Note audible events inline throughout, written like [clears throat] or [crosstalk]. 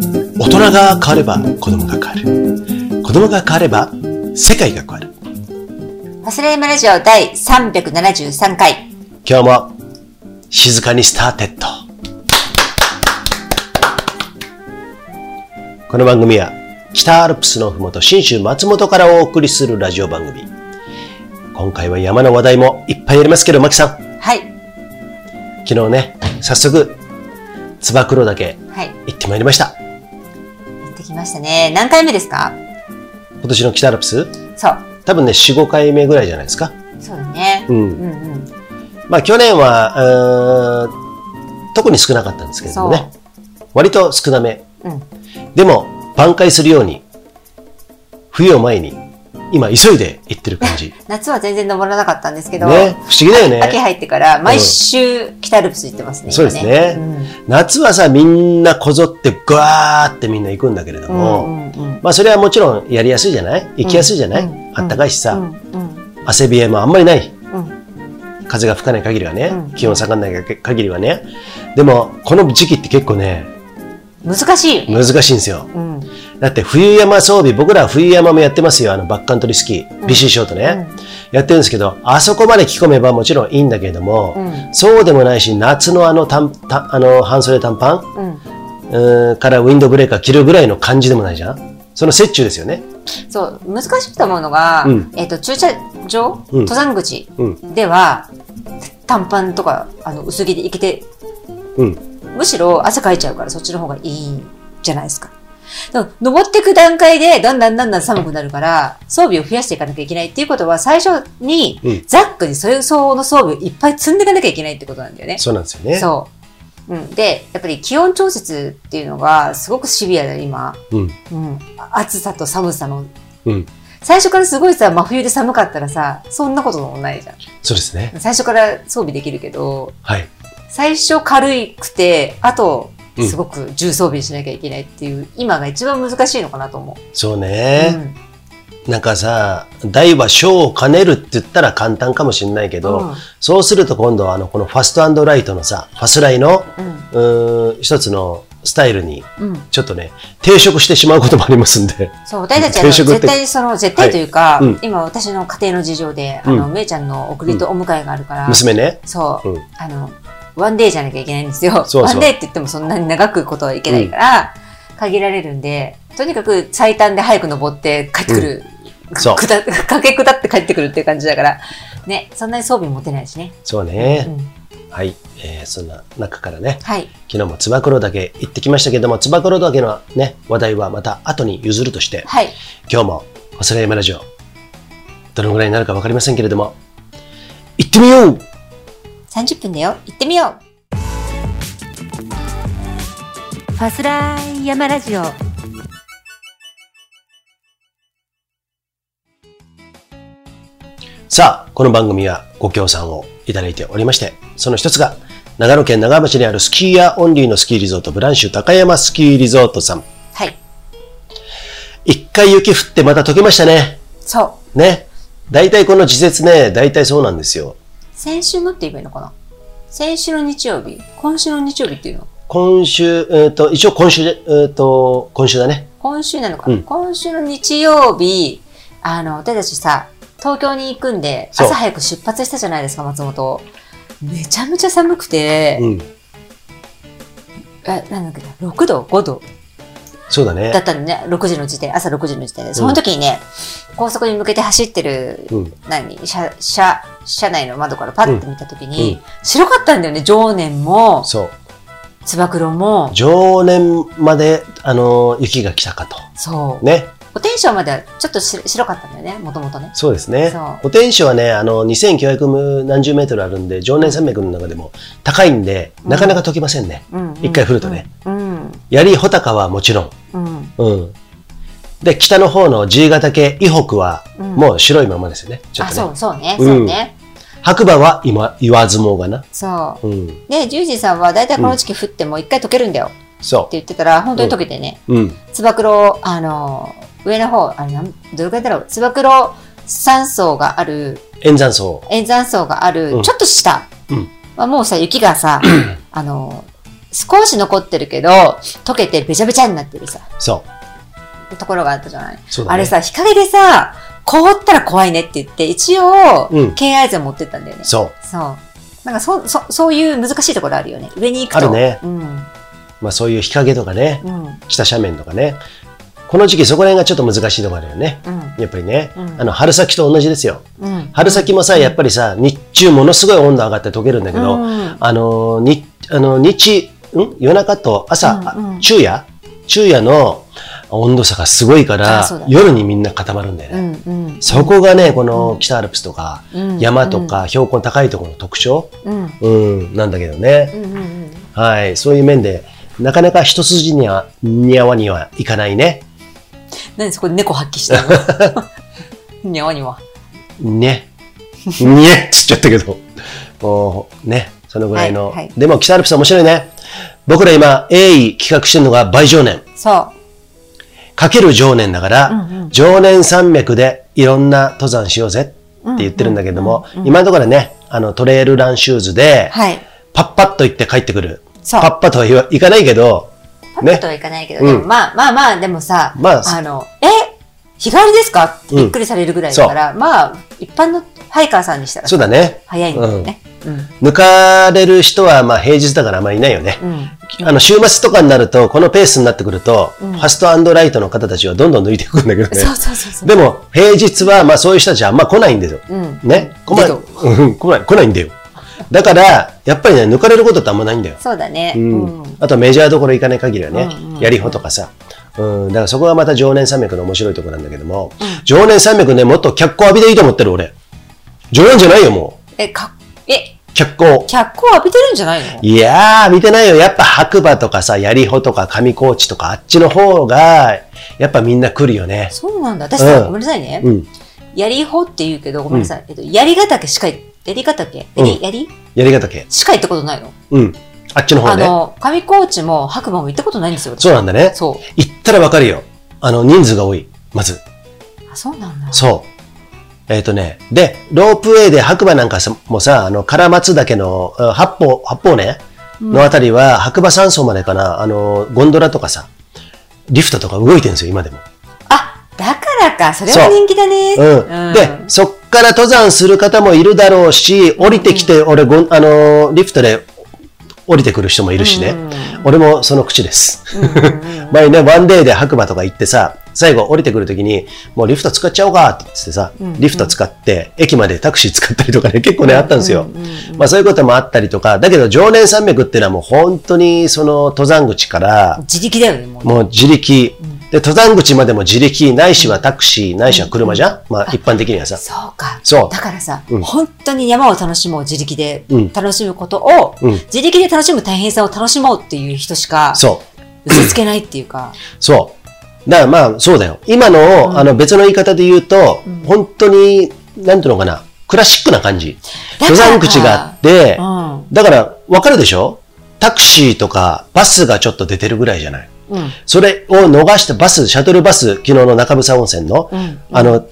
人が変われば子供が変わる。子供が変われば世界が変わる。忘れ山ラジオ第373回。今日も静かにスターテッド。この番組は北アルプスのふもと信州松本からお送りするラジオ番組。今回は山の話題もいっぱいありますけど、マキさん、はい。昨日ね、早速、つば九郎岳はい。行ってまいりました。やってきましたね。何回目ですか今年の北アルプス、そう。多分ね、4、5回目ぐらいじゃないですか。そうだね。うんうんうん。まあ去年は、うーん特に少なかったんですけれどもね。割と少なめ。うん。でも、挽回するように、冬を前に、今急いで行ってる感じ。ね、夏は全然登らなかったん [laughs] ですけ不ど、思議だよね。秋入ってから毎週北アルプス行ってますね。そうですね今ね夏はさ、みんなこぞって、ぐわーってみんな行くんだけれどうも、ん。うんうんうん。まあそれはもちろんやりやすいじゃない行きやすいじゃない、うんあったかいしさ、うん汗冷えもあんまりない。うんうん。風が吹かない限りはね、うん気温下がらない限りはね。でも、この時期って結構ね、難しいよね。難しいんですよ。うん。だって冬山装備、僕らは冬山もやってますよ。あの、バックカントリースキー、BC ショートね、やってるんですけど、あそこまで着込めばもちろんいいんだけれども、うんそうでもないし、夏のあの短短あの、半袖短パンうん。うーんからウィンドブレーカー着るぐらいの感じでもないじゃんその折衷ですよね。そう、難しいと思うのが、うんえっ、と、駐車場、うん登山口うん。では、短パンとか、あの、薄着で行けて、うん。むしろ汗かいちゃうからそっちの方がいいじゃないですか。でも登っていく段階で、だんだんだんだん寒くなるから、装備を増やしていかなきゃいけないっていうことは、最初に、うんザックにそれ相応の装備をいっぱい積んでいかなきゃいけないってことなんだよね。そうなんですよね。そう。うん。で、やっぱり気温調節っていうのが、すごくシビアで、今。うん。うん。暑さと寒さのうん。最初からすごいさ、真冬で寒かったらさ、そんなこともないじゃん。そうですね。最初から装備できるけど、はい。最初軽くて、あと、うんすごく重装備しなきゃいけないっていう、今が一番難しいのかなと思う。そううね。んなんかさ、大は小を兼ねるって言ったら簡単かもしれないけど、うんそうすると今度はあの、このファストライトのさ、ファスライの、うん。うーん、一つのスタイルに、うん。ちょっとね、抵触してしまうこともありますんで。そう、私たちはあ定の食って絶対その、絶対というはか、いうん今私の家庭の事情で、あうの、めいちゃんの送りとお迎え [laughs] があるから、娘ね。そう、うんあの、ワンデーじゃなきゃいけないんですよ。そうワンデーって言ってもそんなに長くことはいけないから、限られるんで、とにかく最短で早く登って帰ってくる。そうくだ駆け下って帰ってくるっていう感じだから、ね、そんなに装備持てないしね。そううね。ん、はい。えーそんな中からね、はい。昨日もつば九郎岳行ってきましたけども、つば九郎岳のね、話題はまた後に譲るとして、はい。今日も、おさらいマラジオ、どのぐらいになるかわかりませんけれども、行ってみよう30分だよ。行ってみようファスライ山ラジオ。さあ、この番組はご協賛をいただいておりまして、その一つが、長野県長浜市にあるスキーヤーオンリーのスキーリゾート、ブランシュ高山スキーリゾートさん。はい。一回雪降ってまた溶けましたね。そう。ね。大体この時節ね、大体そうなんですよ。先週のって言えばいいのかな先週の日曜日今週の日曜日っていうの今週、えっ、と、一応今週で、えっ、と、今週だね。今週なのか、うん今週の日曜日、あの、私たちさ、東京に行くんで、そう朝早く出発したじゃないですか、松本。めちゃめちゃ寒くて、うん。え、なんだっけな、6度、5度そうだだね。ったのね、6時の時点、朝6時の時点で。その時にね、高速に向けて走ってる、うん。何、車、車、車内の窓からパッと見た時に、うん白かったんだよね、常年も、そう。つば九郎も、常年まで、あの、雪が来たかと。そう。ね。ポテンションまではちょっとし白かったんだよね、もともとね。そうですねそ。お天守はね、あの、2900何十メートルあるんで、常年山脈の中でも高いんで、うんなかなか溶けませんね。うんうん一回降るとね。うん。槍穂高はもちろん。うん。うん。で、北の方の自由ヶ岳以北は、うんもう白いままですよね。ちょっあ、とそね。う、そううね、んそうね。白馬は今、言わずもがな。そうん。う。で、ジュージーさんは、だいたいこの時期降っても一回溶けるんだよってそ言ってたら、本当に溶けてね、う。うん。つば九郎、あのー、上の方、あれなん、どれくらいだろう、つば九郎山層がある、円山層。円山層がある、うんちょっと下うん [clears throat] はもうさ、雪がさ、あのー、少し残ってるけど、溶けてべちゃべちゃになってるさ、そう。ところがあったじゃない、そうだねあれさ、日陰でさ、凍ったら怖いねって言って、一応うん、敬愛図を持ってったんだよね。そう。そう。なんかそ、そ、そういう難しいところあるよね。上に行くと。あるねうん。まあそういう日陰とかね、うん。北斜面とかね。この時期そこら辺がちょっと難しいところだよね。うん。やっぱりね、うんあの春先と同じですよ。うん。春先もさ、やっぱりさ、日中ものすごい温度上がって溶けるんだけど、うんあの、日、あの、日、ん夜中と朝、あうんうん昼夜昼夜の温度差がすごいから、あそうだね夜にみんな固まるんだよね。うん。うん。そこがね、このうん北アルプスとか、うん山と。か標高の高いところの特徴、うん。うん。うん、なんだけどね。うん。うん。はい、そういう面で、なかなか一筋には、にゃわにはいかないね。何そこで猫発揮してる [laughs] のにゃわにわ。 [laughs] ね。にゃっつっちゃったけど。もう、ね。そのぐらいの。はいはいでも、北アルプスは面白いね。僕ら今、鋭意企画してるのが、倍常年。そかける常年だから、うんうん常年山脈でいろんな登山しようぜって言ってるんだけども、うんうんうんうん今のところね、あのトレイルランシューズう。で、はい。パッパッと行って帰ってくる。そう。パパッパとは言わ行かないけど、ッとはいかないけど、ねでもまあまあまあ、でもさ、まああの、え日帰りですかってびっくりされるぐらいだから、まあ、一般のハイカーさんにしたらそうだね。早いんだよね。うん。抜かれる人はまあ平日だからあんまりいないよね。うん。あの週末とかになると、このペースになってくると、うんファストライトの方たちはどんどん抜いていくんだけどねそ。うそうそうそう。でも、平日はまあそういう人たちはあんま来ないんですよ。うん。ね。来ない。けどうん来ない。来ないんだよ。だから、やっぱりね、抜かれることってあんまないんだよ。そうだね。うんうんあとはメジャーどころ行かない限りはね、うんうんうんやりほとかさ、うん、だからそこがまた常年山脈の面白いところなんだけども、うん常年山脈ね、もっと脚光浴びていいと思ってる俺。常年じゃないよ、もえ、か、え、う。脚光。脚光浴びてるんじゃないのいやー、見てないよ。やっぱ白馬とかさ、やりほとか上高地とか、あっちの方が、やっぱみんな来るよね。そうなんだ。私さ、うんごめんなさいね。うん。やりほって言うけど、ごめんなさい。えっと、やりがたけしかい、やりがたけやうり、やりやり方系。しか行ったことないのうん。あっちの方あね。の、上高地も白馬も行ったことないんですよ。そうなんだね。そ行ったらわかるよ。あの、人数が多い。まず。う。あ、そうなんだ。そう。えっ、とね。で、ロープウェイで白馬なんかさもさ、あの、唐松岳の、あ八方、八方ね、うんのあたりは、白馬山荘までかな、あの、ゴンドラとかさ、リフトとか動いてるんですよ、今でも。あ、だからか。それは人気だね。うん。で、そっから登山する方もいるだろうし、降りてきて、俺、ゴンあの、リフトで降りてくる人もいるしね。うん俺もその口です。うんうんうん [laughs] 前ね、ワンデーで白馬とか行ってさ、最後降りてくるときに、もうリフト使っちゃおうかって言ってさ、うんリフト使って、駅までタクシー使ったりとかね、結構ね、あったんですよ。うんうんうんまあそういうこともあったりとか、だけど常年山脈っていうのはもう本当にその登山口から、自力だよね、もうね。もう自力、んで、登山口までも自力、ないしはタクシー、ないしは車じゃん、まあ一般的にはさ。そうか。そうだからさ、うん本当に山を楽しもう自力で、うん楽しむことを、うん自力で楽しむ大変さを楽しもうっていう人しか、そう。嘘つけないっていうか、そう。だからまあ、そうだよ。今の、あの、別の言い方で言うと、うん本当に、なんていうのかな、クラシックな感じ。だ登から山口があって、うん。だから、わかるでしょタクシーとか、バスがちょっと出てるぐらいじゃない。うん。それを逃して、バス、シャトルバス、昨日の中房温泉の、うんあの、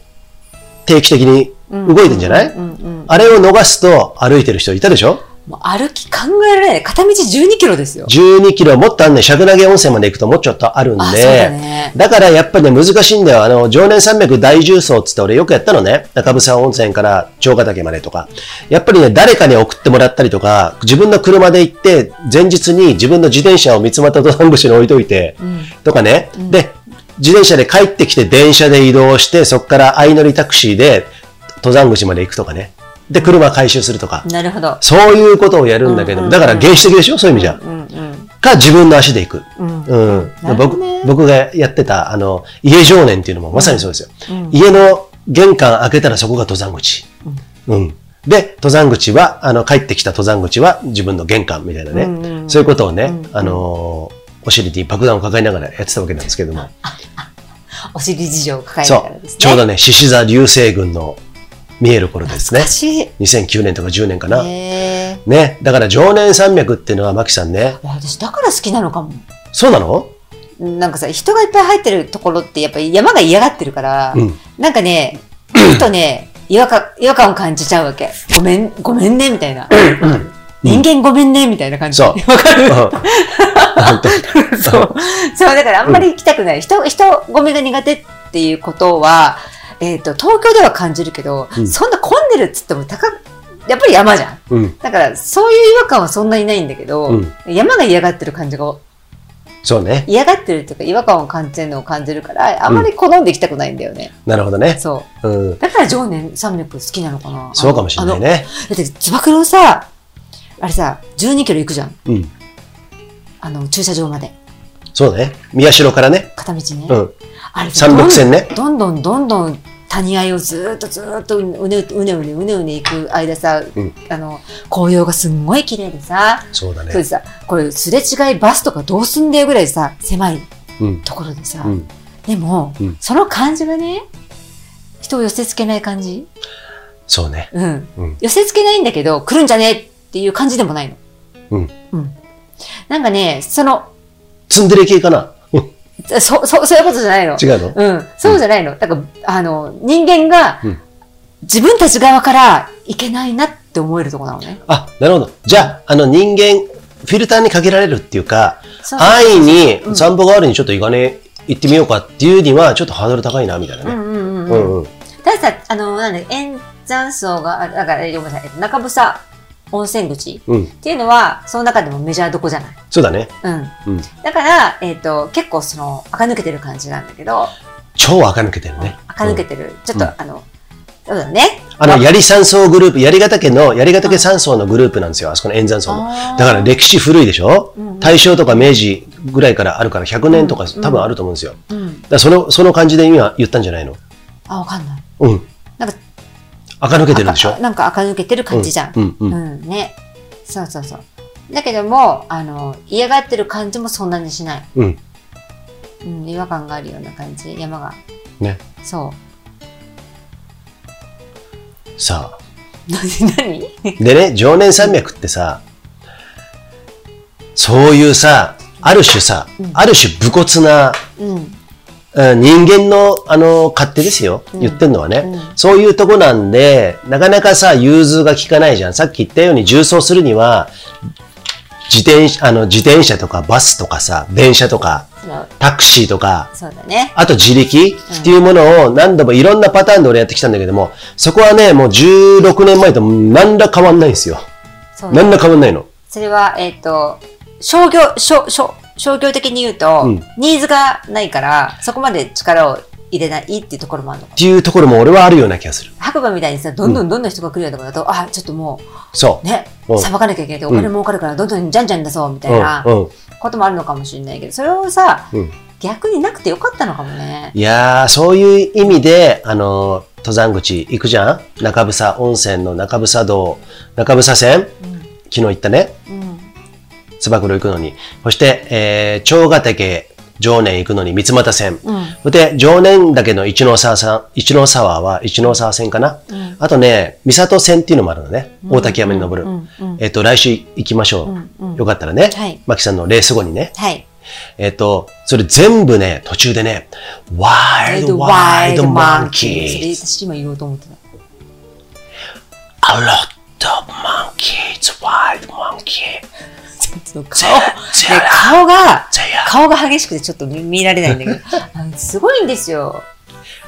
定期的に動いてんじゃない、うんうんうんあれを逃すと歩いてる人いたでしょもう歩き考えられない。片道12キロですよ。 ?12 キロもっとあんねん、尺投げ温泉まで行くともうちょっとあるんで。あそうだねだからやっぱりね、難しいんだよ。あの、常年山脈大重曹っつって俺よくやったのね。中房温泉から長ヶ岳までとか。やっぱりね、誰かに送ってもらったりとか、自分の車で行って、前日に自分の自転車を三つ股登山口に置いといて、とかね。で、自転車で帰ってきて電車で移動して、そこから相乗りタクシーで登山口まで行くとかね。で、車回収するとか。なるほど。そういうことをやるんだけど、だから原始的でしょそういう意味じゃ。うんうん。か、自分の足で行く。うんうんなるほ僕どね僕がやってた、あの、家常年っていうのもまさにそうですよ。家の玄関開けたらそこが登山口。うん。で、登山口は、あの、帰ってきた登山口は自分の玄関みたいなね。うんうんうんそういうことをね、あのーお尻に爆弾を抱えながらやってたわけなんですけども。お尻事情を抱えそながらでう。すね。ちょうどね、獅子座流星群の見える頃ですね懐か。しい。 2009年とか10年かな。へね。だから常年山脈っていうのは、マキさんね。ー私、だから好きなのかも。そうな [laughs] の [laughs] なんかさ、人がいっぱい入ってるところって、やっぱり山が嫌がってるから、うんなん [clears throat] かね、ちょっとね、違和感、違和感を感じちゃうわけ。ごめん、ごめんね、みたいな。人間ごめんね、みたいな感じ。そう [laughs] わかる本当そう。そう、だからあんまり行きたくない。人、人ごめんが苦手っていうことは、えっ、と、東京では感じるけど、うんそんな混んでるっつっても高く、やっぱり山じゃん。うん。だから、そういう違和感はそんなにないんだけど、うん山が嫌がってる感じが、そうね。嫌がってるというか違和感を感じるのを感じるから、あんまり好んで行きたくないんだよね。なるほどね。そう。うん。だから常年山脈好きなのかなそうかもしれない。ね。あのだって、つば九郎さ、あれさ、12キロ行くじゃん。うん。あの、駐車場まで。そうね。宮代からね。片道ね。うん。あれ山麓線ね。どんどんどんどん谷あいをずーっとずーっとうねうねうねうねうねうね行く間さ、うんあの紅葉がすんごい綺麗でさ、そうだそれねで。さこれすれ違いバスとかどうすんだよぐらいさ狭いうん。ところでさ、うん。でも、うんその感じがね人を寄せ付けない感じ、そうね。うんうん寄せ付けないんだけど来るんじゃねえっていう感じでもないの。うんうん、なんかねそのツンデレ系かなうんそそそういうことじゃないの。違うのうん、そうじゃないの。だから、あの、人間がうん、自分たち側からいけないなって思えるとこなのね。あ、なるほど。じゃあ、あの人間、フィルターにかけられるっていうか、そう安易うんに散歩代わりにちょっと行かね、行ってみようかっていうには、ちょっとハードル高いな、みたいなうね。んうんうんううん。んうん。たださ、あの、なんだ円山荘が、あだから、えごめんなさい、えっと中房温泉口うん。っていうのは、その中でもメジャーどこじゃない。そうだね。うん。うん。だから、えっ、と、結構その、垢抜けてる感じなんだけど、超垢抜けてるね。垢抜けてる。ちょっと、うんあの、そうだね。あの、槍山荘グループ、槍ヶ岳の、槍ヶ岳山荘のグループなんですよ、あそこの円山荘の。あーだから歴史古いでしょうんうん大正とか明治ぐらいからあるから100年とかうん多分あると思うんですよ。だかうん。らその、その感じで今言ったんじゃないのあ、わかんない。うん。なんか、垢抜けてるでしょあなんか垢抜けてる感じじゃん。うんうん。うんうん、ね。そうそうそう。だけども、あの、嫌がってる感じもそんなにしない。うん。うん、違和感があるような感じ、山が。ね。そさあ。う。 [laughs] 何 [laughs] 何でね、常年山脈ってさ、そういうさ、ある種さうん、ある種武骨な、うん。うん人間の、あの、勝手ですよ。うん言ってんのはね。うんそういうとこなんで、なかなかさ、融通が効かないじゃん。さっき言ったように重装するには、自転車、あの、自転車とかバスとかさ、電車とか、そうタクシーとか、そうだね。あと自力っていうものを何度もいろんなパターンで俺やってきたんだけども、そこはね、もう16年前と何ら変わんないんですよ。そうだ何ら変わんないの。それは、えっ、と、商業、商、商、商業的に言うと、うんニーズがないから、そこまで力を入れないっていうところもあるのかっていうところも俺はあるような気がする。な。白馬みたいにさ、どんどんどんどん人が来るようなところだと、あ、ちょっとも、そうう。ね、うん裁かなきゃいけないけど、お金儲かるから、どんどんじゃんじゃん出そう、みたいな。うんうんこともあるのかもしれないけど、それをさ、うん逆になくてよかったのかもね。いやー、そういう意味で、あのー登山口行くじゃん中房温泉の中房道、中房線、昨日行ったね。うん。つば九郎行くのに。そして、えー、長ヶ岳、常年行くのに三俣線。うん。そして、常年岳の一ノ沢さん、一ノ沢は一ノ沢線かな、うんあとね、三里線っていうのもあるのね。大滝山に登る。うんうんうんえっ、と、来週行きましょう。うんうんよかったらね。はいマキさんのレース後にね。はい。えっ、と、それ全部ね、途中でね、Wild Wild Monkey そ Monkeys, れ私今言おうと思ってた。 a lot of monkeys, wild monkey, ちょっと顔、ね Zero 顔が、 they are- 顔が激しくてちょっと見見られないんだけ [laughs] ど、あのすごいんですよ、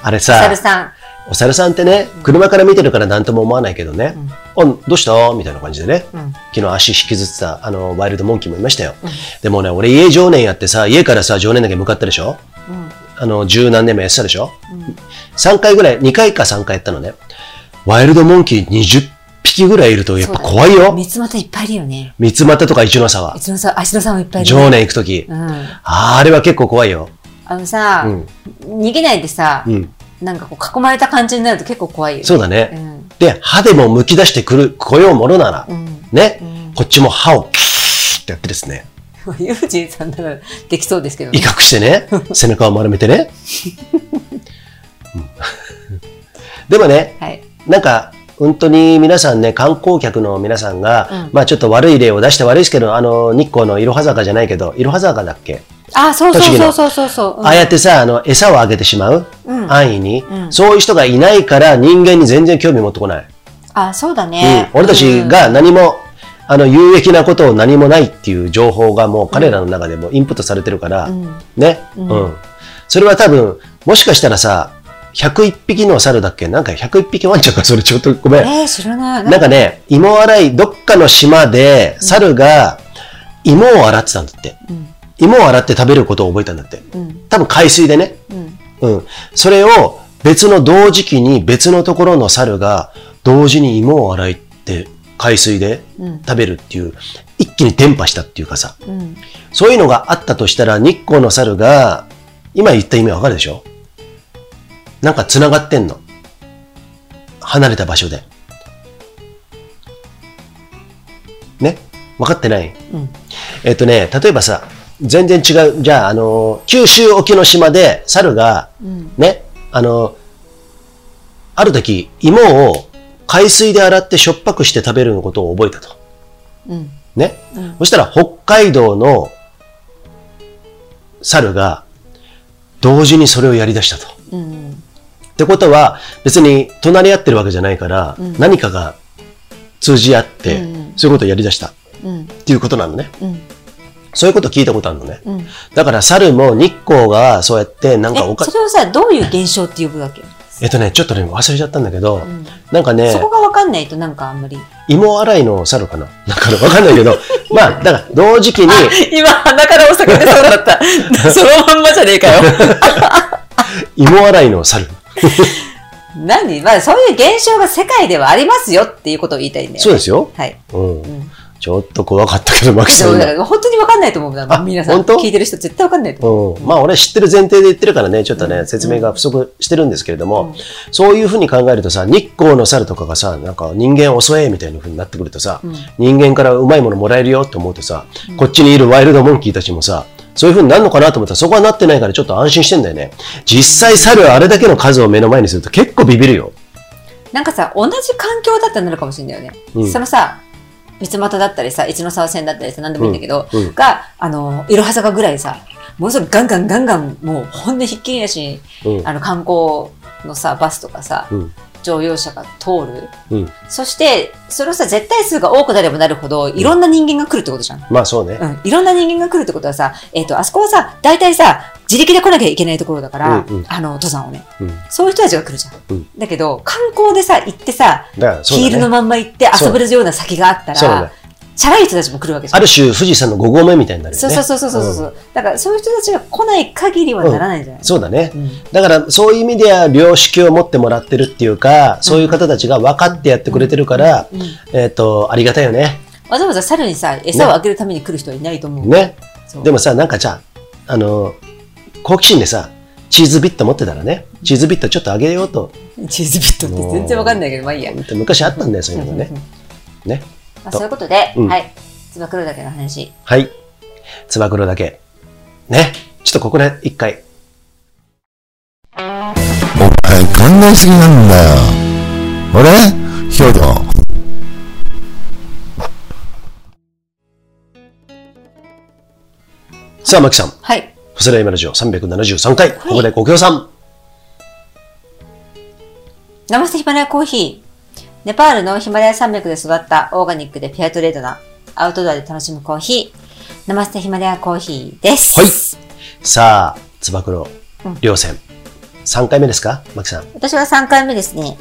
あれサさル、さお猿さんってね、車から見てるから何とも思わないけどね、あ、どうしたみたいな感じでね、ん。うん。昨日足引きずってた、あの、ワイルドモンキーもいましたよ。うんでもね、俺家常年やってさ、家からさ、常年だけ向かったでしょうん。あの、十何年もやってたでしょうん。 3回ぐらい、2回か3回やったのね。ワイルドモンキー20匹ぐらいいるとやっぱ怖いよ。三つ股いっぱいいるよね。三つ股とか一ノ沢一のさん、足のさんもいっぱいいる、常。年行くときう。ん。あれは結構怖いよ。あのさ、うん逃げないでさ、うん。なんかこう囲まれた感じになると結構怖いよね。そうだうね。ん。で、歯でも剥き出してくる、来ようものならう、ん。 [laughs] ねうん、こっちも歯をキーってやってですね、ユージンさんならできそうですけど威ね。嚇してね、背中を丸めてね。うん [laughs] でもね、はい。なんか、本当に皆さんね、観光客の皆さんが、うんまあちょっと悪い例を出して悪いですけど、あの、日光のいろは坂じゃないけど、いろは坂だっけ、あ、そうそう栃木そうのそうそうそう。うんああやってさ、あの、餌をあげてしまう、うん安易に、うんそういう人がいないから人間に全然興味持ってこない。あ、そうだうんね。俺たちが何も、あの、有益なことを何もないっていう情報がもう彼らの中でもインプットされてるから、うんね、う、うんんそれは多分、もしかしたらさ、101匹の猿だっけなんか101匹ワンちゃんか、それちょっとごめん。えー、知らない。なんかね、芋洗い、どっかの島で、猿が芋を洗ってたんだって。うん芋を洗って食べることを覚えたんだって。うん多分海水でね。うんうん。それを別の同時期に別のところの猿が同時に芋を洗いって海水でうん食べるっていう、一気に伝播したっていうかさ、うんそういうのがあったとしたら日光の猿が、今言った意味わかるでしょなんか繋がってんの。離れた場所で。ね分かってないうんえっとね、例えばさ、全然違う。じゃあ、あの、九州沖の島で猿が、うんね、あの、ある時、芋を海水で洗ってしょっぱくして食べるのことを覚えたと。うんね。うんそしたら、北海道の猿が、同時にそれをやり出したと。うんってことは、別に隣り合ってるわけじゃないから、うん何かが通じ合って、うんうんそういうことをやり出したっうんていうことなのね。うんそういうこと聞いたことあるのね。うんだから猿も日光がそうやってなんかおえかそれをさどういう現象って呼ぶわけ、えっとねちょっとね忘れちゃったんだけど、うんなんかねそこが分かんないとなんかあんまり芋洗いの猿かななんかねわかんないけどまあだから同時期に今鼻からお酒出そうだっ [laughs] たそのまんまじゃねえかよ芋洗いの猿何まあそういう現象が世界ではありますよっていうことを言いたいんだよそうですよ、はい、うんうん、ちょっと怖かったけどマキでさもんだがか、ら本当に分かんないと思うあな皆さん本当聞いてる人絶対分かんないと思うん、まあ俺知ってる前提で言ってるからねちょっとね、うん説明が不足してるんですけれども、うんそういうふうに考えるとさ日光の猿とかがさなんか人間遅えみたいなふうになってくるとさ、う、うん人間からうまいものもらえるよって思うとさ、こっちにいるワイルドモンキーたちもさ、そういう風になるのかなと思ったらそこはなってないからちょっと安心してんだよね。実際猿はあれだけの数を目の前にすると結構ビビるよ。なんかさ、同じ環境だったらなるかもしれないよね。うんそのさ、三つ股だったりさ、一の沢線だったりさ、なんでもいいんだけど、うんうんが、あの、いろは坂ぐらいさ、ものすごくガンガンガンガン、もうほんでひっきりなしに、うん。あの、観光のさ、バスとかさ、うん。乗用車が通る。うん。そして、それをさ、絶対数が多くなればなるほど、いろんな人間が来るってことじゃん。まあそうねう。ん。いろんな人間が来るってことはさ、えっ、と、あそこはさ、大体さ、自力で来なきゃいけないところだから、うんうんあの、登山をね。うん。そういう人たちが来るじゃん。うんだけど、観光でさ、行ってさ、だからそうヒールだのね。まんま行って遊べるような先があったそうだねら、。チャラい人たちも来るわけじゃあん。る種富士山の5合目みたいになるよそうね。そうそうそうそうそう、だからそういう人たちが来ない限りはならないんじゃない、そうだねう。んだからそういう意味では良識を持ってもらってるっていうか、そういう方たちが分かってやってくれてるから、うんえっと、ありがたいよね。わざわざ猿にさ、餌をあげるために来る人はいないと思う。ね。そうでもさ、なんかじゃあ、あの、好奇心でさ、チーズビット持ってたらね、チーズビットちょっとあげようと、チーズビットって全然わかんないけど、まあいいや。昔あったんだよ、そういうのがうんねうん。ね。まあ、そういうことで、うんはい。つば黒岳の話。はい。つば九郎だけ。ね。ちょっとここで一回。お前考えすぎなんだよ。俺兵頭。さあ、マキさん。はい。ホセライマラジオ373回。ここでご協賛。ナマステヒマラヤコーヒー。ネパールのヒマラヤ山脈で育ったオーガニックでピュアトレードなアウトドアで楽しむコーヒー。ナマステヒマラヤコーヒーです。はいさあ、つば九郎うん、両線。3回目ですかマキさん。私は3回目ですね。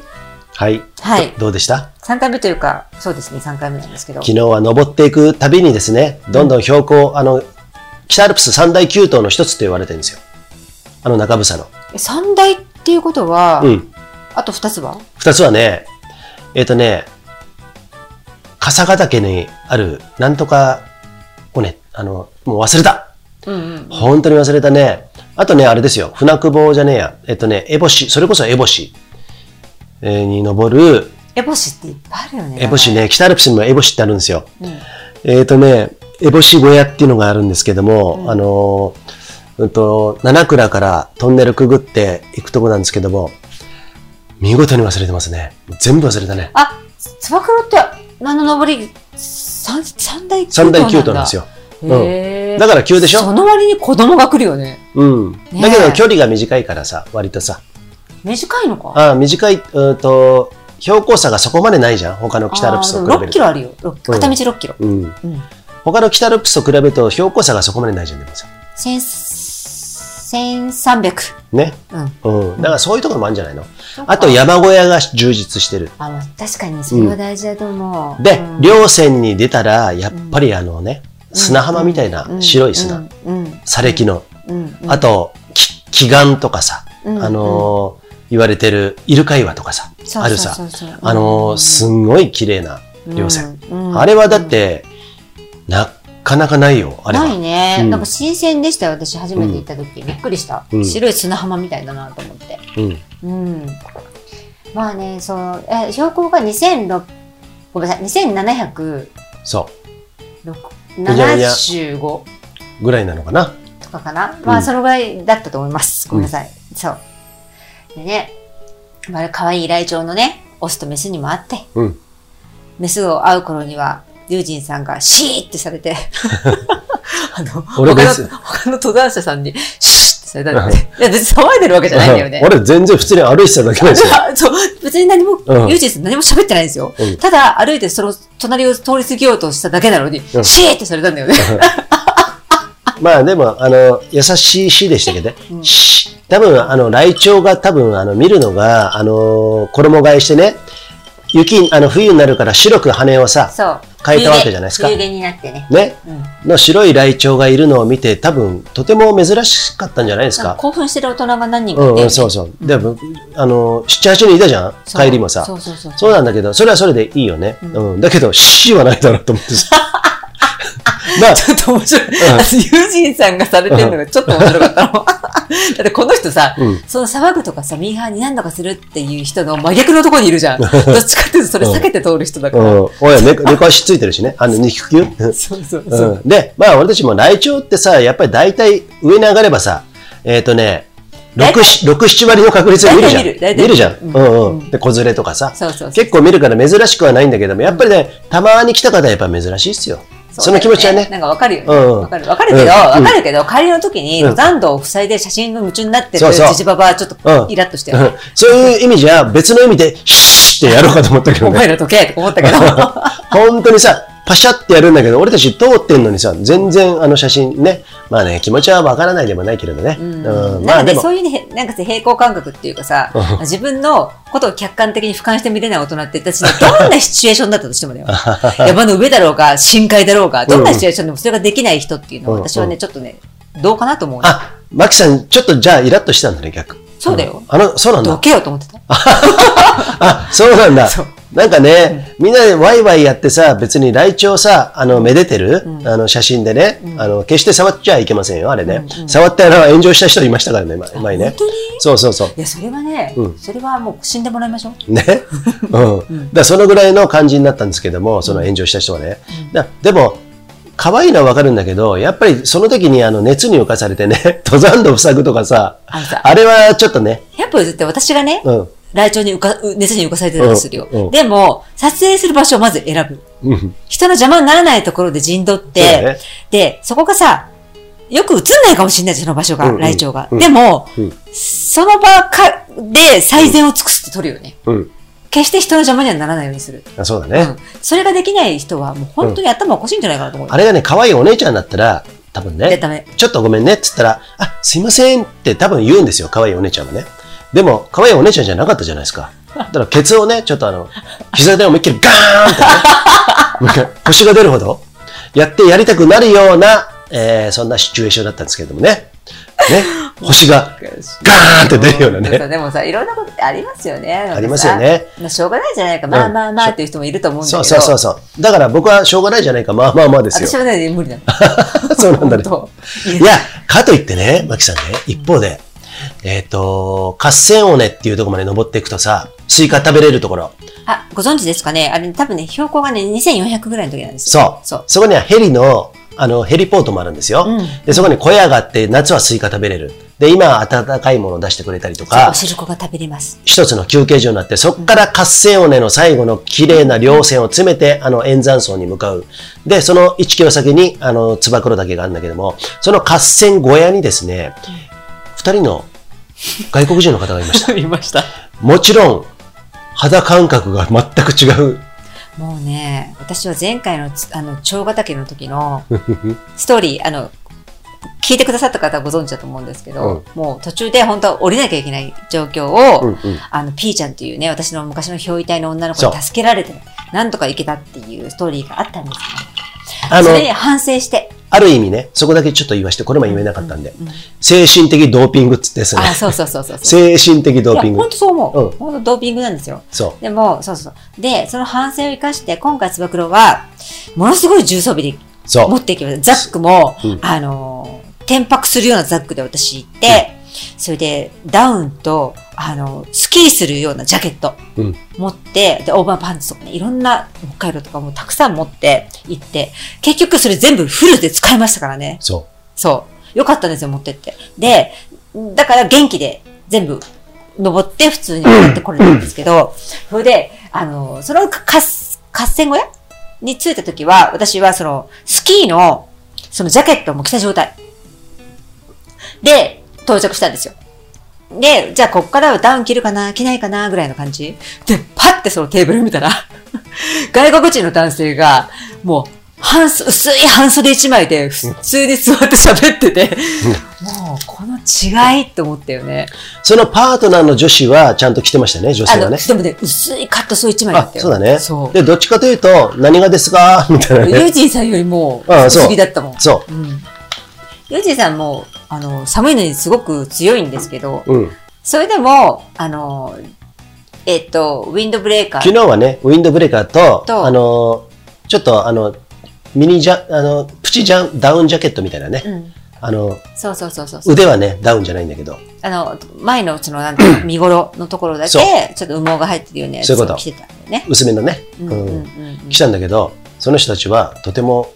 はい。はいどどうでした3回目というか、そうですね、3回目なんですけど。昨日は登っていくたびにですね、どんどん標高、あの、北アルプス三大急登の一つと言われてるんですよ。あの中房の。 3大っていうことは、うん。あと2つは二つはね、えっ、とね、笠ヶ岳にある、なんとか、おね、あの、もう忘れた。うんうん。本当に忘れたね。あとね、あれですよ。船久保じゃねえや。えっ、とね、エボシ、それこそエボシ、えーに登る、エボシっていっぱいあるよね。エボシね、北アルプスにもエボシってあるんですよ。名前。えーとね、烏帽子小屋っていうのがあるんですけども、あのー、うんと、七倉からトンネルくぐって行くとこなんですけども、見事に忘れてますね。全部忘れたね。あ、つば九郎って、何の登り、三三大九三頭なんだ大急登なんですよ。。うんへーだから急でしょその割に子供が来るよね。うん。えだけど距離が短いからさ、割とさ、短いのかあー短い、うーんと、標高差がそこまでないじゃん。他の北アルプスと比べ6るキと。ロあるよ。ろっうん片道6キロ。うん。うん。他の北アルプスと比べると標高差がそこまでないじゃん。でもさ千、千三百。ね。うん。うん。だからそういうところもあるんじゃないの。あと山小屋が充実してる。あ、まあ確かにそれは大事だと思う。でう、ん稜線に出たら、やっぱりあのね、砂浜みたいな白い砂。。うんうん。砂礫の。うん。うんあ、と、き奇岩とかさ、うんうんあのー言われてるイルカ岩とかさ、そうあるさ、そうそうそうあのーすんごい綺麗な稜線。。うんうんあれはだって、なかなかないよ、あれは。ないね、うんなんか新鮮でしたよ私初めて行った時、びっくりした、うん白い砂浜みたいだなと思ってうん。うんまあねそうえ標高が26ごめんなさい2775そじゃあいやう。ぐらいなのかな。とかかな、まうあんそのぐらいだったと思いますごめんなさい、そうでね、まあ、可愛いイライチョウのねオスとメスにもあってうん。メスを会う頃には龍神さんがシーってされ [laughs] てあの俺他メのス他の登山者さんにシーってされたんだっていや別に騒いでるわけじゃないんだよね [laughs] 俺全然普通に歩いてただけなんですよ。 [laughs] そう別に何も、うん龍神さん何も喋ってないんですよ、うんただ歩いてその隣を通り過ぎようとしただけなのに、んシーってされたんだよね [laughs] まあでも、あの、優しい詩でしたけどね。詩多分、あの、ライチョウが多分、あの、見るのが、あの、衣替えしてね、雪、あの、冬になるから白く羽をさ、そう変えたわけじゃないですか冬毛冬毛になってねね、うんの白いライチョウがいるのを見て、多分、とても珍しかったんじゃないですなんかか。興奮してる大人が何人うかいん、て、うん、そうそう。でも、あの、七八人いたじゃんそう帰りもさ。そうそうそうそうなんだけど、それはそれでいいよね。うん。だけど、死はないだろうと思って [laughs] さ。まあ、ちょっと面白い。 [laughs] あの友人さんがされてるのがちょっと面白かったの。 [laughs] だってこの人さ、うんその騒ぐとかさ、ミーハーに何とかするっていう人の真逆のところにいるじゃん。どっちかっていうとそれ避けて通る人だから。うん。おや、ね猫足ついてるしね。あの、肉球。そうそうそう。うん。で、まあ、俺たちもライチョウってさ、やっぱり大体上に上がればさ、えっ、とね、大体6、六7割の確率で見るじゃん。大体見る大体見る見るじゃん。うんうんうん。で、子連れとかさ。そうそうそう結構見るから珍しくはないんだけども、やっぱりね、たまに来た方はやっぱ珍しいっすよ。そ,、の気持ちはね。なんかわかるよね。うわ、んうんかる。わかるけど、うんわ、かるけど、帰りの時にうん登山道を塞いで写真の夢中になってるそうそうじじばばはちょっうんとイラッとして、うんそういう意味じゃ、別の意味で、シュッってやろうかと思ったけどお前ね。ら時計とか思ったけ [laughs] ど。本当にさ、パシャってやるんだけど、俺たち通ってんのにさ、全然あの写真ね、まあね、気持ちはわからないでもないけれどね。うんまなあんででもそ、ういうね、なんかさ平行感覚っていうかさ、自分のことを客観的に俯瞰して見れない大人って、私ね、どんなシチュエーションだったとしてもだよ。山の上だろうが、深海だろうが、どんなシチュエーションでもそれができない人っていうのは、うん私はね、ちょっとね、どうかなと思うの。あ、マキさん、ちょっとじゃあイラッとしたんだね、逆。そうだよんあの、そうなんどだ。けよと思ってた。あ、そうなんだそう。なんかね、みんなでワイワイやってさ、別にライチョウさ、あの、めでてる、あの、写真でね、あの、決して触っちゃいけませんよ、あれね。触ったら炎上した人いましたからね、前前ね本。当にそうそうそう。いや、それはね、それはもう死んでもらいましょう。ね。うん。だからそのぐらいの感じになったんですけども、その炎上した人はね。だでも、可愛いのはわかるんだけど、やっぱりその時にあの熱に浮かされてね、 [laughs] 登山道塞ぐとかさ、あのさあれはちょっとね、やっぱ譲って私がね、うん。来鳥に浮か、熱に浮かされてたとするよ。うんうんでも、撮影する場所をまず選ぶ。うん人の邪魔にならないところで陣取っそうだて、ねで、そこがさ、よく映んないかもしれないじゃんその場所が、うんうんライチョウが。うんでも、うんその場かで最善を尽くすって取るよね。うん。決して人の邪魔にはならないようにする。あそうだうねん。。それができない人はもう本当に頭おかしいんじゃないかなと思う。あれがね、可愛いお姉ちゃんだったら、多分いやねダメ、ちょっとごめんねって言ったら、あ、すいませんって多分言うんですよ、可愛いお姉ちゃんはね。でも、可愛いお姉ちゃんじゃなかったじゃないですか。だから、ケツをね、ちょっとあの、膝で思いっきりガーンってね、なんか腰が出るほど、やってやりたくなるような、えーそんなシチュエーションだったんですけれどもね。ね、腰がガーンって出るようなそうそね。うでもさ、いろんなことってありますよね。なんかさありますよね。まあしょうがないじゃないか。まあまあまあっていう人もいると思うんだけそど。うそうそうそう。だから僕はしょうがないじゃないか、まあまあまあですよ私。はね、無理な [laughs] の。そうなんだね。本当いや、かといってね、マキさんね、一方で、えっ、と、合戦尾根っていうところまで登っていくとさ、スイカ食べれるところ。あ、ご存知ですかねあれ、多分ね、標高がね、2400ぐらいの時なんですよそ。う。そう。こにはヘリの、あの、ヘリポートもあるんですよ。うんで、そこに小屋があって、夏はスイカ食べれる。で、今、温かいものを出してくれたりとそうおか、汁粉が食べれます。一つの休憩所になって、そこから合戦尾根の最後の綺麗な稜線を詰めて、あの、円山荘に向かう。で、その1キロ先に、あの、つば九郎岳があるんだけども、その合戦小屋にですね、 [laughs] 二人の外国人の方がいました。 [laughs] いました。もちろん、肌感覚が全く違う。もうね、私は前回のつあの長ヶ岳の時のストーリー、あの、聞いてくださった方はご存知だと思うんですけど、もう途中で本当は降りなきゃいけない状況を、うんうんあの、ピーちゃんっていうね、私の昔の憑依体の女の子に助けられて、なんとか行けたっていうストーリーがあったんですあけど、のそ、れに反省して、ある意味ね、そこだけちょっと言わして、これも言えなかったんで、うんうん精神的ドーピングっつってですね。あ、そうそうそうそうそう。精神的ドーピンいや、グ本。当そう思う。うん本当ドーピングなんですよ。そでも、そうそうそう。で、その反省を生かして、今回つば九郎は、ものすごい重装備でう。そ持う。っていきました。ザックも、うんあのー、転泊するようなザックで私行って、それでダウンと、あのー、スキーするようなジャケットうん持って、で、オーバーパンツとかね、いろんな北海道とかもたくさん持って行って、結局それ全部フルで使いましたからね。そそう。よかったんですよ、持ってって。で、だから元気で全部登って普通に戻ってこれたんですけど、それで、あの、そのか合戦小屋に着いた時は、私はその、スキーの、そのジャケットも着た状態。で、到着したんですよ。で、じゃあこっからはダウン着るかな着ないかなぐらいの感じ。で、パッてそのテーブル見たら、 [laughs] 外国人の男性が、もう、半袖、薄い半袖一枚で、普通に座って喋ってて、もう、この違いって思ったよね。う。そのパートナーの女子はちゃんと来てましたね、女あ性はの、ね。でもね、薄いカットソー一枚だあっ、たよ。そうだね。そう。で、どっちかというと、何がですかみたいなユね。ージンさんよりも、ああそう薄着だったもん。。そうん。ユージンさんも、あの、寒いのにすごく強いんですけど、う。うん。それでも、あの、えっと、ウィンドブレーカ昨ー。日はね、ウィンドブレーカーと、とあのー、ちょっとあの、ミニジャ、あの、プチジャン、ダウンジャケットみたいなね。うん。あの、そうそうそうそうそう。腕はね、ダウンじゃないんだけど。あの、前のその、なんて [clears throat] いうの見頃のところだけ、ちそうょっと羽毛が入ってるようなやつそういうことを着てたんだよね。薄めのね。うんうんううんんうん来たんだけど、その人たちはとても、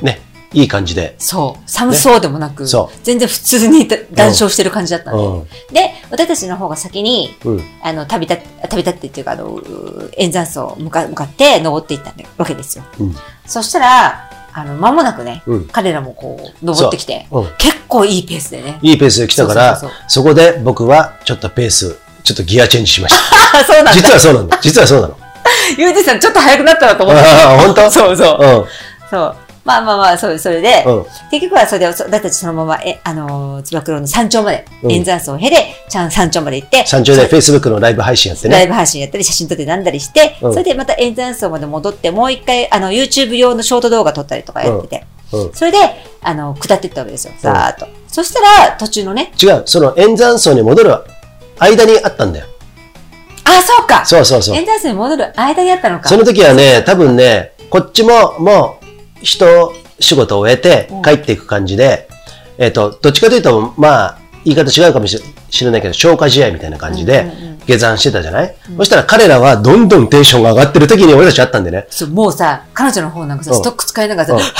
ね、いい感じで。そう。寒そうでもなく、ねそう全然普通にだ談笑してる感じだったうの、ん。で、私たちの方が先に、うん。あの、旅立って、旅立ってっていうか、あの、うー円山荘向か向かって登っていったわけですよ。うんそしたら、あの、間もなくね、うん彼らもこう、登ってきて、そううん結構いいペースでね。いいペースで来たから、そそうそうこで僕はちょっとペース、ちょっとギアチェンジしました。あ、そう [laughs] なんだ。実はそうなの。実はそうなの。ゆうじさん、ちょっと早くなったなと思って。ああ、本当そうそうう。そう。まあまあまあ、そうそれで、ん。うん。結局はそれで、そ私たちそのまま、え、あのー、つば九郎の山頂まで、うん円山荘を経て、ちゃん山頂まで行って、山頂で Facebook のライブ配信やってライね。ブ配信やったり、写真撮ってなんだりして、うんそれでまた演算層まで戻って、もう一回、あの、YouTube 用のショート動画撮ったりとかやってて、うん。それで、あの、下っていったわけですよ、ざーっと。そしたら、途中のね、違う、その円山荘に戻る間にあったんだよ。あ、そうかそうそうそう。演算層に戻る間にあったのか。その時はね、多分ね、こっちももう、人、仕事を終えてうん帰っていく感じで、えっ、と、どっちかというと、まあ、言い方違うかもしれ知らないけど、消化試合みたいな感じでうんうんうん、下山してたじゃない、そしたら彼らはどんどんテンションが上がってる時に俺たち会ったんでね。そうもうさ、彼女の方なんかさ、うんストック使いながらさ、うんはぁは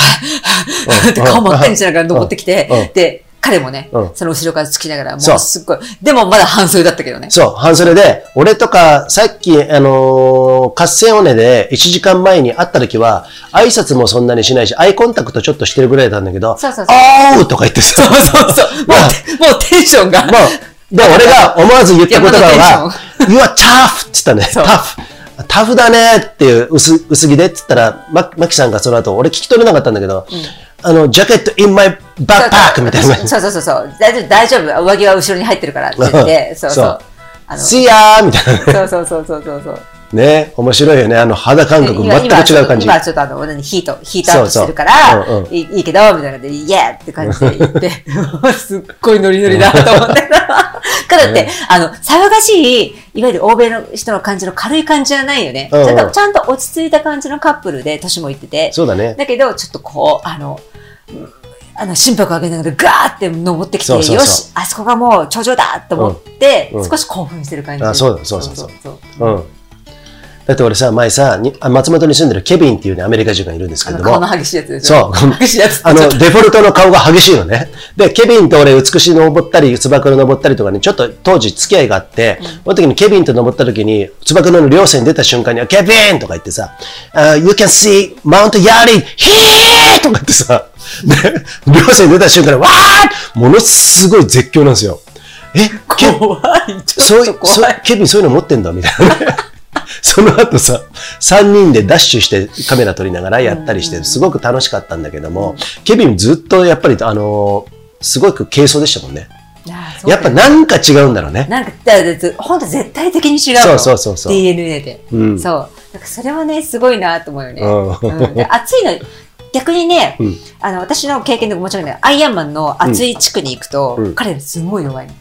うぁんはぁって顔真っ赤にしながら登ってきて、うんで、彼もね、うんその後ろから突きながら、もそううすっごい、でもまだ半袖だったけどね。そう、半袖で、俺とか、さっき、あのー合戦尾根で1時間前に会った時は、挨拶もそんなにしないし、アイコンタクトちょっとしてるぐらいなんだけど、そうそうそうあーうとか言ってさ、そうそうそうもう、もうテンションが。もう、で、俺が思わず言った言葉は山田、 You are tough! って言ったね。そう tough! タフだねっていう薄薄着でって言ったら、ま、マキさんがその後、俺聞き取れなかったんだけど、あの、ジャケット in my backpack みたいな。そうそうそうそう。大丈夫、大丈夫。上着は後ろに入ってるからって言って、そうそそうう。あの See ya! みたいなね。そうそうそうそうそうそう。ね、面白いよね。あの肌感覚今全く違う感じ。今今ちょっとあの、何ヒート、ヒートアップしてるかそうら、そううんうんいいいけど、みたいな感じで、イエーって感じで [laughs] 言って、すっごいノリノリだと思ってた。からって、あの、騒がしい、いわゆる欧米の人の感じの軽い感じじゃないよね。うんうんちゃんと、ちゃんと落ち着いた感じのカップルで、年もいってて。そうだね。だけど、ちょっとこう、あの、うんあの心拍を上げながらガーって登ってきて、そうそうそうよし、あそこがもう頂上だと思って、うんうん少し興奮してる感じ。あそうだそうそうそうそううん。だって俺さ、前さ、にあ松本に住んでるケビンっていうね、アメリカ人がいるんですけあれのど顔もの、激しいやつでしそょ。う激しいやつ。あの、デフォルトの顔が激しいのね。で、ケビンと俺、美しい登ったり、つば九郎登ったりとかね、ちょっと当時付き合いがあって、その時にケビンと登った時に、つば九郎の稜線に出た瞬間に、ケビンとか言ってさ、あ You can see Mount Yari! ヒーとか言ってさ、で、 [laughs] 稜線に出た瞬間に、わーものすごい絶叫なんですよ。えケ怖い、ちょそっういそうと怖い。ケビンそういうの持ってんだみたいなね。 [laughs] その後さ、3人でダッシュしてカメラ撮りながらやったりして、すごく楽しかったんだけども、ケビンずっとやっぱり、あのーすごく軽装でしたもんね。ああそうだやっぱなんか違うんだろうね。なんか、だだだほんと絶対的に違うの。そうそうそうそう DNA で。うんそう。なんかそれはね、すごいなと思うよね。うんうんで暑いの、逆にね、うんあの、私の経験でもちろんね、アイアンマンの暑い地区に行くと、うん彼すごい弱いの。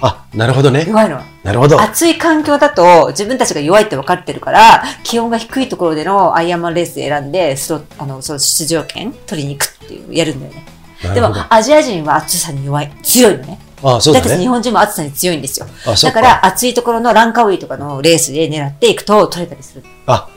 あ、なるほどね。弱いの。なるほど。暑い環境だと、自分たちが弱いって分かってるから、気温が低いところでのアイアンマンレース選んで、スロあの、その出場権取りに行くっていう、やるんだよね。でなるほも、アジア人は暑さに弱い、強いのね。どあ、そうだだって日ね。本人も暑さに強いんですよ。あそだっかから暑いところのランカウイとかのレースで狙っていくと取れたりする。あ、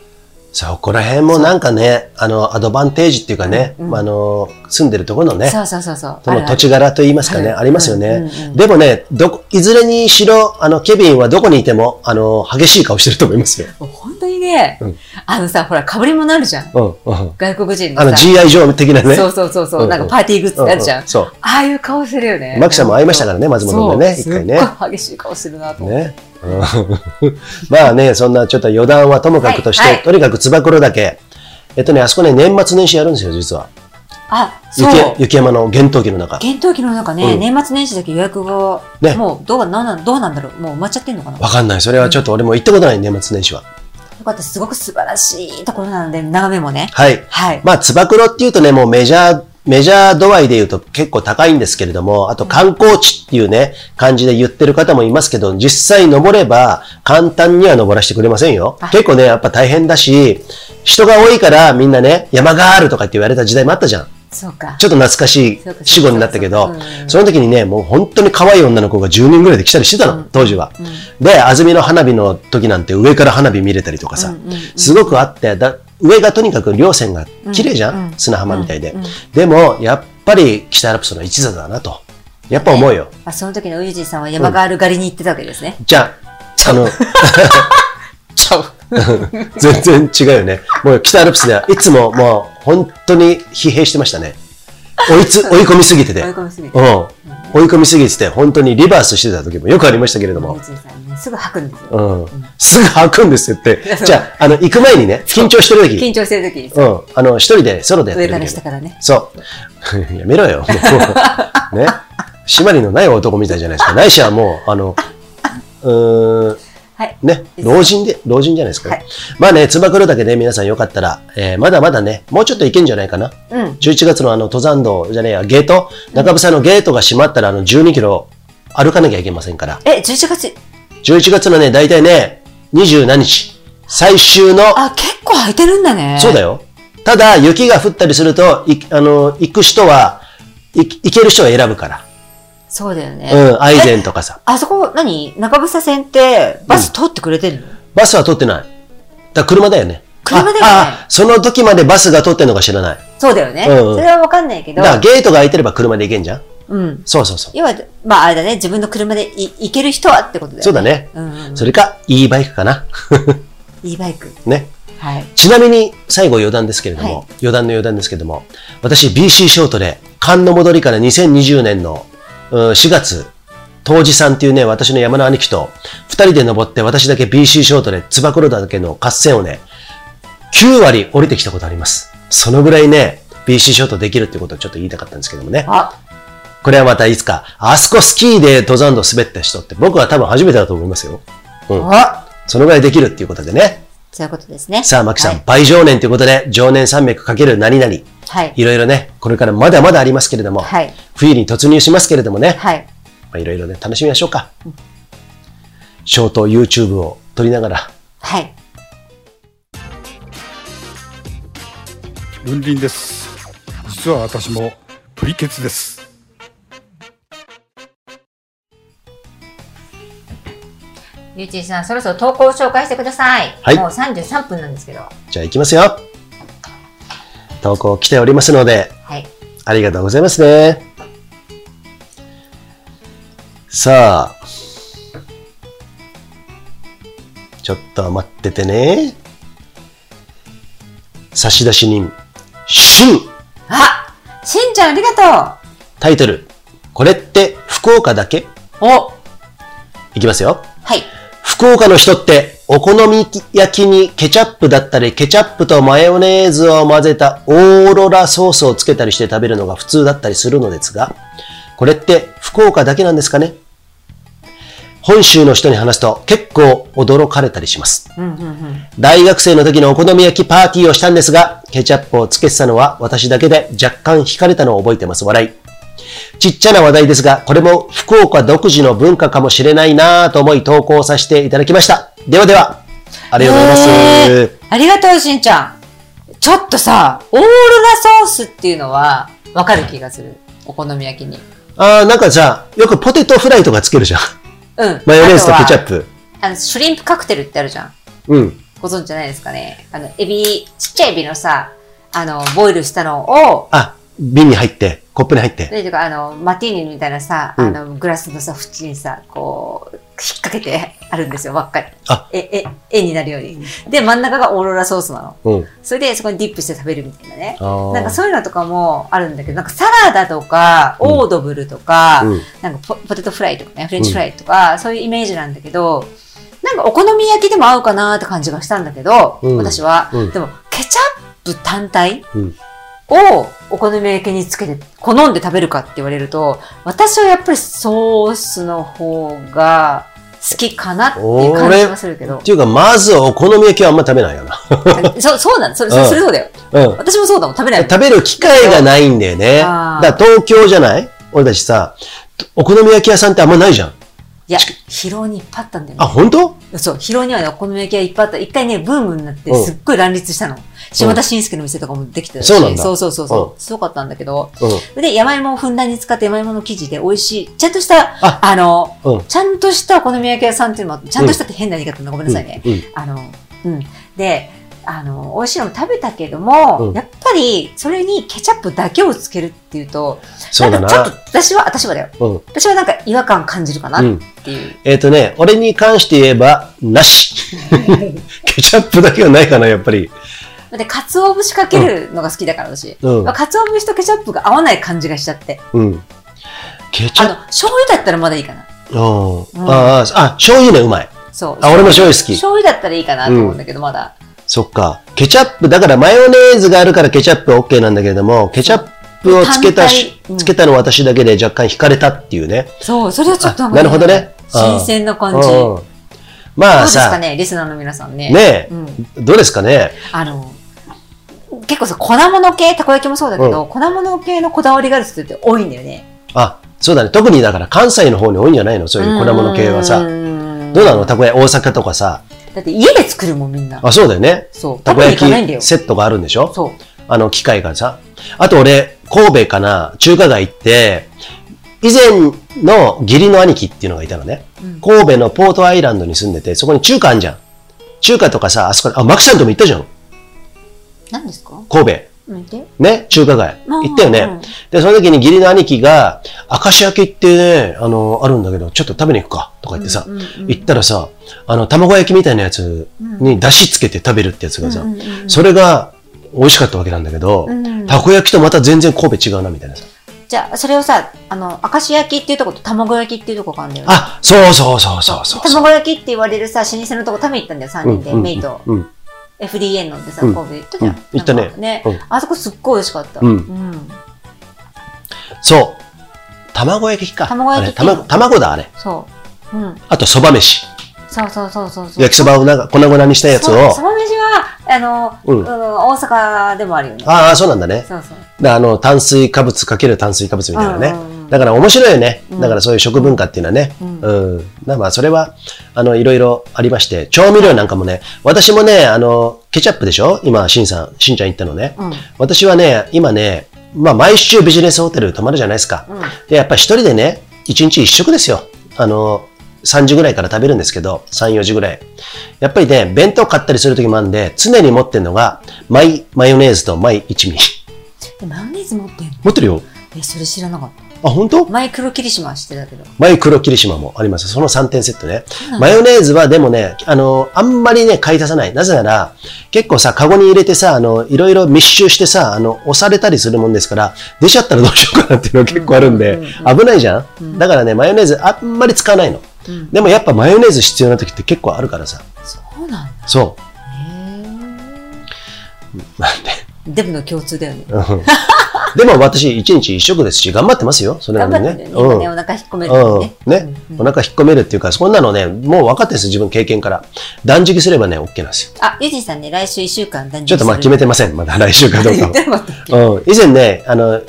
そこら辺もなんかね、あの、アドバンテージっていうかね、うんうんあの、住んでるところのね、そうそうそうそう。そあるのあ土る地柄といいますかね、はいありますようんうねんうん。でもね、どこ、いずれにしろ、あの、ケビンはどこにいても、あの、激しい顔してると思いますよ。もう本当にね、うんあのさ、ほら、かぶり物あるじゃん。うん、うん。外国人あのの、さ。 GI 上的なね。そうそうそうそうう、んうんなんかパーティーグッズってあるじゃん。うんうんそうああいう顔するよね。マキさんも会いましたからね松本でねそう一回ねすっごい激しい顔するなと思って。 [laughs] ね。うんまあね、そんなちょっと余談はともかくとして、はいはいとにかくつば九郎岳。えっとね、あそこね、年末年始やるんですよ、実は。あ、そ雪う。雪山の厳冬期の中。厳冬期の中ね、うん年末年始だけ予約が、ねもうどうがなんなんどうなんだろう、もう埋まっちゃってんのかな。よわかんない。それはちょっと俺も行ったことない、年末年始は。かった、すごく素晴らしいところなので、眺めもね。はい。はい。まあ、つば九郎っていうとね、もうメジャー、メジャー度合いで言うと結構高いんですけれども、あと観光地っていうね、感じで言ってる方もいますけど、実際登れば簡単には登らせてくれませんよはい。結構ね、やっぱ大変だし、人が多いからみんなね、山があるとかって言われた時代もあったじゃん。そうか。ちょっと懐かしいそうか死語になったけそうどかそうかう、んその時にね、もう本当に可愛い女の子が10人ぐらいで来たりしてたの、当時は。で、安曇野花火の時なんて上から花火見れたりとかうさんうんうん、すごくあって、だ上がとにかく稜線が綺麗じゃうんうんん砂浜みたいでうんうん。でも、やっぱり北アルプスの一座だなと。やっぱ思うよ。あその時のウユジンさんは山がある狩りに行ってたわけですね。じゃあ、あの、ちゃう。 [laughs] 全然違うよね。もう北アルプスではいつももう本当に疲弊してましたね。追いつ、追い込みすぎてて。 [laughs] 追い込みすぎてうん。追い込みすぎてて、本当にリバースしてた時もよくありましたけれどウもユ。ジンさんね、すぐ吐くんですよ。うん。すぐ吐くんですよ [laughs] ってや。そうじゃあ、あの、行く前にね、緊張してる時。緊張してる時に、うん。あの、一人でソロでやって上る時かはねら下からね。そう。 [laughs] やめろよ。もうね。締まりのない男みたいじゃないですか。ないしはもう、あの、うーん。はい。ね、老人で、老人じゃないですか、はいまあね、つば九郎岳ね、皆さんよかったら、えーまだまだね、もうちょっと行けんじゃないかな。うん11月のあの、登山道じゃねえや、ゲート、中房のゲートが閉まったら、あの、12キロ歩かなきゃいけませんから。え、11月、 11月のね、大体ね、20何日、最終の、あ、結構履いてるんだね。そうだよ。ただ、雪が降ったりすると、いあの、行く人は、い行ける人を選ぶから。そうだよね。うん、アイゼンとかさ。あそこ、何中房線って、バス通ってくれてるの、バスは通ってない。だから車だよね。車だよねああ、その時までバスが通ってんのか知らない。そうだよね、うんうんそれはわかんないけどだ。からゲートが開いてれば車で行けんじゃんうん。そうそうそう。要は、まああれだね、自分の車でい行ける人はってことだよね。そうだね。うんうんうん、それか、e バイクかな。 [laughs] e バイク。ね。はい。ちなみに、最後余談ですけれども、はい余談の余談ですけれども、私 BC ショートで、寒の戻りから2020年のうん4月、当時さんっていうね、私の山の兄貴と、二人で登って、私だけ BC ショートで、つば九郎岳の合戦をね、9割降りてきたことあります。そのぐらいね、BC ショートできるってことをちょっと言いたかったんですけどもね。あ、これはまたいつか、あそこスキーで登山道滑った人って僕は多分初めてだと思いますよ。うん。あそのぐらいできるっていうことでね。そういうことですね。さあ、マキさん、はい。倍常年ということで、常年山脈かける何々。いはい。ろいろね、これからまだまだありますけれども、はい冬に突入しますけれどもね、はいまあ、いろいろね、楽しみましょうか。ショート YouTube を撮りながら、はい。ルンリンです実は私もプリケツですゆうちーさん、そろそろ投稿を紹介してください。はいもう33分なんですけど。じゃあ行きますよ。投稿来ておりますので、はい。ありがとうございますね。さあ。ちょっと待っててね。差出人、シンあしんちゃん、ありがタイトル。これって福岡だけとうおいきますよ。はい。福岡の人ってお好み焼きにケチャップだったり、ケチャップとマヨネーズを混ぜたオーロラソースをつけたりして食べるのが普通だったりするのですが、これって福岡だけなんですかね本州の人に話すと結構驚かれたりします。大学生の時のお好み焼きパーティーをしたんですが、ケチャップをつけてたのは私だけで若干惹かれたのを覚えてます。笑い。ちっちゃな話題ですが、これも福岡独自の文化かもしれないなぁと思い投稿させていただきました。ではでは、ありがとうございます。へーありがとう、しんちゃん。ちょっとさ、オーロラソースっていうのは、わかる気がする。お好み焼きに。あーなんかさ、よくポテトフライとかつけるじゃん。うん。マヨネーズとケチャップ。プ。あの、シュリンプカクテルってあるじゃん。うん。ご存知じゃないですかね。あの、エビ、ちっちゃいエビのさ、あの、ボイルしたのを、あ、瓶に入って、コップに入って。で、とか、あの、マティーニみたいなさ、うんあの、グラスのさ、縁にさ、こう、引っ掛けてあるんですよ、輪っかに。あえ、え、絵になるように。で、真ん中がオーロラソースなの。うん。それで、そこにディップして食べるみたいなね。あーなんかそういうのとかもあるんだけど、なんかサラダとか、うんオードブルとか、うんなんかポポテトフライとかね、フレンチフライとか、そういうイメージなんだけど、なんかお好み焼きでも合うかなって感じがしたんだけど、うん私は、うんでも、ケチャップ単体うんをお好み焼きにつけて、好んで食べるかって言われると、私はやっぱりソースの方が好きかなっていう感じがするけどっ、ていうか、まずお好み焼きはあんま食べないよな。そうそうなんそれ、うんそれそうだよ。うん。私もそうだもん、食べないもん。食べる機会がないんだよね。だあかーら東京じゃない俺たちさ、お好み焼き屋さんってあんまないじゃん。いや、疲労にいっぱいあったんだよねあ、。本当そう、広尾にはね、お好み焼きがいっぱいあった。一回ね、ブームになって、うんすっごい乱立したの。島田紳介の店とかもできてたし、そうなんだそうそうそうそうう。すごかったんだけど。うん。で、山芋をふんだんに使って山芋の生地で美味しい。ちゃんとした、ああの、うんちゃんとしたお好み焼き屋さんっていうのも、ちゃんとしたって変な言い方なんでごめんなさいね。うんうんあの、うん。で、あの、美味しいのも食べたけども、うんやっぱり、それにケチャップだけをつけるっていうと、そうだんかちょっとな。、私は、私はだよ。うん。私はなんか違和感感じるかなっていう。えっ、とね、俺に関して言えば、な [laughs] し。ケチャップだけはないかな、やっぱり。だって、かつお節かけるのが好きだから、私。うんかつお節とケチャップが合わない感じがしちゃって。うん。ケチあャのッ、醤油だったらまだいいかな。プ。うん。んあーあ、醤油ね、うまい。そう。あ、俺も醤油好き。醤油だったらいいかなと思うんだけど、まだ。そっか。ケチャップ、だからマヨネーズがあるからケチャップは OK なんだけれども、ケチャップをつけたし単体う、んつけたの私だけで若干惹かれたっていうね。そう、それはちょっとんかあなるほどね新鮮な感じ。うどんまうあですかさ、ね、リスナーの皆さんね。ねえうん。どうですかねあの、結構さ、粉物系、たこ焼きもそうだけど、粉物系のこだわりがある人って多いんだよね。あ、そうだね。特にだから関西の方に多いんじゃないのそういう粉物系はうさ。ーんどうなのたこ焼き、大阪とかさ。だって家で作るもん、みんな。あ、そうだよね。そう。た食こべに焼行かないんだよき。セットがあるんでしょそう。あの機械がさ。あと俺、神戸かな、中華街行って、以前の義理の兄貴っていうのがいたのね。神戸のポートアイランドに住んでて、そこに中華あんじゃん。中華とかさ、あそこ、あ、マキさんとも行ったじゃん。何ですか神戸。見て。ね、中華街。うん行ったよね。うんで、その時に義理の兄貴が、明石焼きってね、あの、あるんだけど、ちょっと食べに行くか、とか言ってさ、うんうんうん行ったらさ、あの、卵焼きみたいなやつに出汁つけて食べるってやつがさ、うんうんうんうんそれが美味しかったわけなんだけど、うんたこ焼きとまた全然神戸違うな、みたいなさ。じゃあ、それをさ、あの、明石焼きっていうとこと卵焼きっていうとこがあるんだよね。あ、そうそうそうそうそうそう。卵焼きって言われるさ、老舗のとこ食べに行ったんだよ、3人で。メイとうん FDA 飲んでさ、うん神戸行ったじゃんうん。行ったねなんかねうん。あそこすっごい美味しかった。うんうん。そう。卵焼きか。卵焼きあれ卵卵だ、あれ。そう。うん。あと、そば飯。そうそうそうそうそう。焼きそばをなんか粉々にしたやつを。そそば飯は、あの、うんうん大阪でもあるよね。ああ、そうなんだね。そうそだかう。らあの炭水化物かける炭水化物みたいなねうんうんう。んだから面白いよね。だからそういう食文化っていうのはね。うん。だからまあそれは、あの、いろいろありまして、調味料なんかもね、私もね、あの、ケチャップでしょ今、しんさん、しんちゃん言ったのね。うん私はね、今ね、まあ毎週ビジネスホテル泊まるじゃないですか。で、やっぱり一人でね、一日一食ですよ。あの、3時ぐらいから食べるんですけど、3、4時ぐらい。やっぱりね、弁当買ったりするときもあるんで、常に持ってるのが、マイマヨネーズとマイ一味。でマヨネーズ持ってんの持ってるよ。え、それ知らなかった。あ、本当？マイクロ霧島は知ってたけど。マイクロ霧島もあります。その3点セットね。マヨネーズはでもね、あの、あんまりね、買い足さない。なぜなら、結構さ、カゴに入れてさ、あの、いろいろ密集してさ、あの、押されたりするもんですから、出ちゃったらどうしようかなっていうのが結構あるんで、危ないじゃんだからね、マヨネーズあんまり使わないの。でもやっぱマヨネーズ必要な時って結構あるからさ。そうなんだ。そう。へなんで。え。でもの共通だよね。うん [laughs] でも私、一日一食ですし、頑張ってますよ。それな頑り張にねって。るよね。う今んね、お腹引っ込めるよね。うん、ね、お腹引っ込めるっていうか、そんなのね、もう分かってるんです、自分経験から。断食すればね、OK なんですよ。あ、ゆじさんね、来週1週間断食ちょっとまあ決 [laughs] めてません、まだ来週かどう言か [laughs] ってなかったっけは。うん、以前ね、あの、5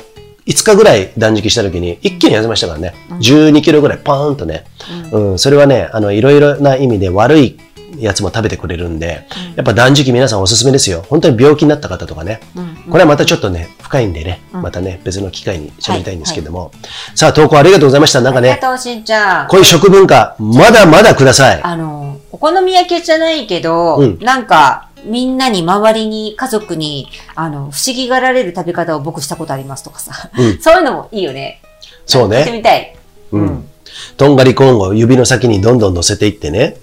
日ぐらい断食した時に、一気に痩せましたからね、12キロぐらいパーンとね、うん、それはね、あの、いろいろな意味で悪いやつも食べてくれるんで、やっぱ断食皆さんおすすめですよ。本当に病気になった方とかね、これはまたちょっとね、深いんでね、またね、別の機会に喋りたいんですけども。さあ、投稿ありがとうございました。なんかありがね、とう、しんちゃん。こういう食文化、まだまだください。あの、お好み焼きじゃないけど、うんなんか、みんなに、周りに、家族に、あの、不思議がられる食べ方を僕したことありますとかさ。うん [laughs] そういうのもいいよね。そうやってね。みたい。うん。とんがりコーンを指の先にどんどん乗せていってね、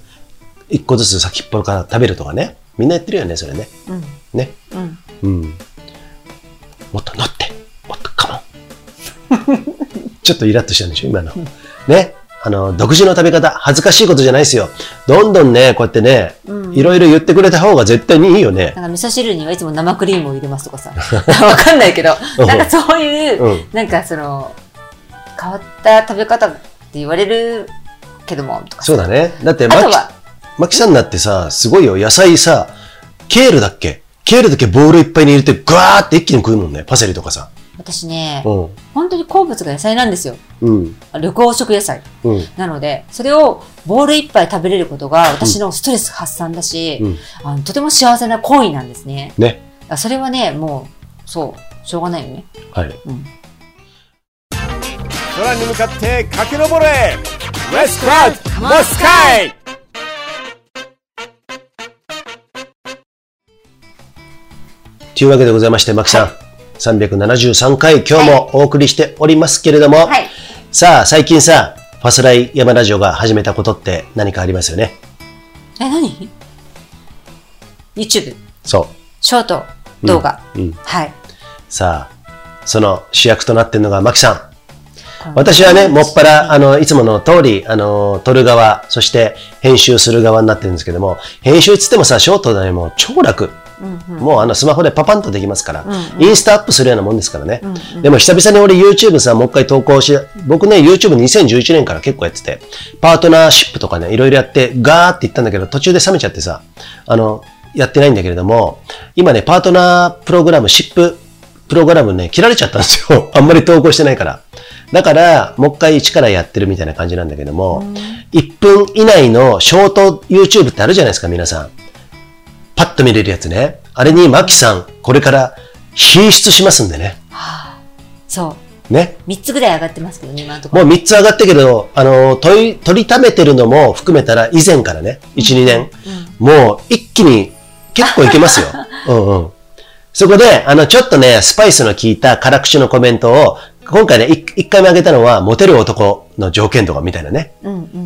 一個ずつ先っぽから食べるとかね。みんなやってるよね、それね。うん。ね。うん。うん。もっと乗って、もっとカモン。 [laughs] ちょっとイラッとしたんでしょ、今の。ね。あの、独自の食べ方、恥ずかしいことじゃないですよ。どんどんね、こうやってね、いろいろ言ってくれた方が絶対にいいよね。なんか味噌汁にはいつも生クリームを入れますと [laughs] かさ。わかんないけど、うんなんかそういう、うんなんかその、変わった食べ方って言われるけども、とかさそうだね。だって、あマとキは、マキさんだってさ、すごいよ。野菜さ、ケールだっけケールだけボールいっぱいに入れて、ぐわーって一気に食うもんね。パセリとかさ。私ね、うん。本当に好物が野菜なんですよ。うん。緑黄色野菜。うん。なので、それをボール一杯食べれることが私のストレス発散だし、うんあのとても幸せな行為なんですね。ね。あそれはね、もう、そう、しょうがないよね。はい。うん。空に向かって駆け上れレスクラウドモスカイというわけでございまして、マキさん。373回、今日もお送りしておりますけれども、はい。さあ、最近さ、ファスライ山ラジオが始めたことって何かありますよね。え、何 ?YouTube、そショート、動画。う。うん。はい。さあ、その主役となってるのがマキさん。この私はね、もっぱら、あの、いつもの通り、あの、撮る側、そして編集する側になってるんですけども、編集っつってもさ、ショートだね、もう超楽。もうあの、スマホでパパンとできますから、インスタアップするようなもんですからね。でも久々に俺 YouTube さ、もう一回投稿し、僕ね、YouTube2011 年から結構やってて、パートナーシップとかね、いろいろやって、ガーって言ったんだけど、途中で冷めちゃってさ、あの、やってないんだけれども、今ね、パートナープログラム、シップ、プログラムね、切られちゃったんですよ。 [laughs] あんまり投稿してないから。だから、もう一回一からやってるみたいな感じなんだけども、1分以内のショート YouTube ってあるじゃないですか、皆さん。パッと見れるやつね。あれに、マキさん、これから、品質しますんでね。そう。ね。 3つぐらい上がってますけどね、今のとこもろ。う3つ上がったけど、あの、取り、取りためてるのも含めたら、以前からね、1、2年、もう一気に結構いけますよ。 [laughs] うんうん。そこで、あの、ちょっとね、スパイスの効いた辛口のコメントを、今回ね、1回目上げたのは、モテる男の条件とかみたいなね。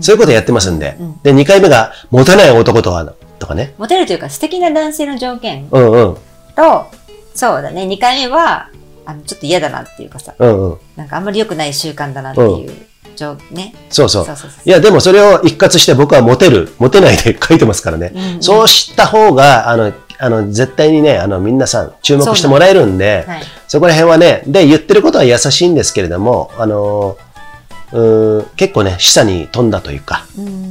そういうことやってますんで。で、2回目が、モテない男とは、とかね。モテるというか、素敵な男性の条件うんうん。と、そうだね、2回目は、あの、ちょっと嫌だなっていうかさ、うんうん。なんかあんまり良くない習慣だなっていう、じょね。そうそう。そうそうそういや、でもそれを一括して僕はモテる、モテないで書いてますからね。そうした方が、あの、あの、絶対にね、あの、皆さん注目してもらえるんで、そそうなんですこら辺はね、で、言ってることは優しいんですけれども、あのー、うーん結構ね、示唆に飛んだというか、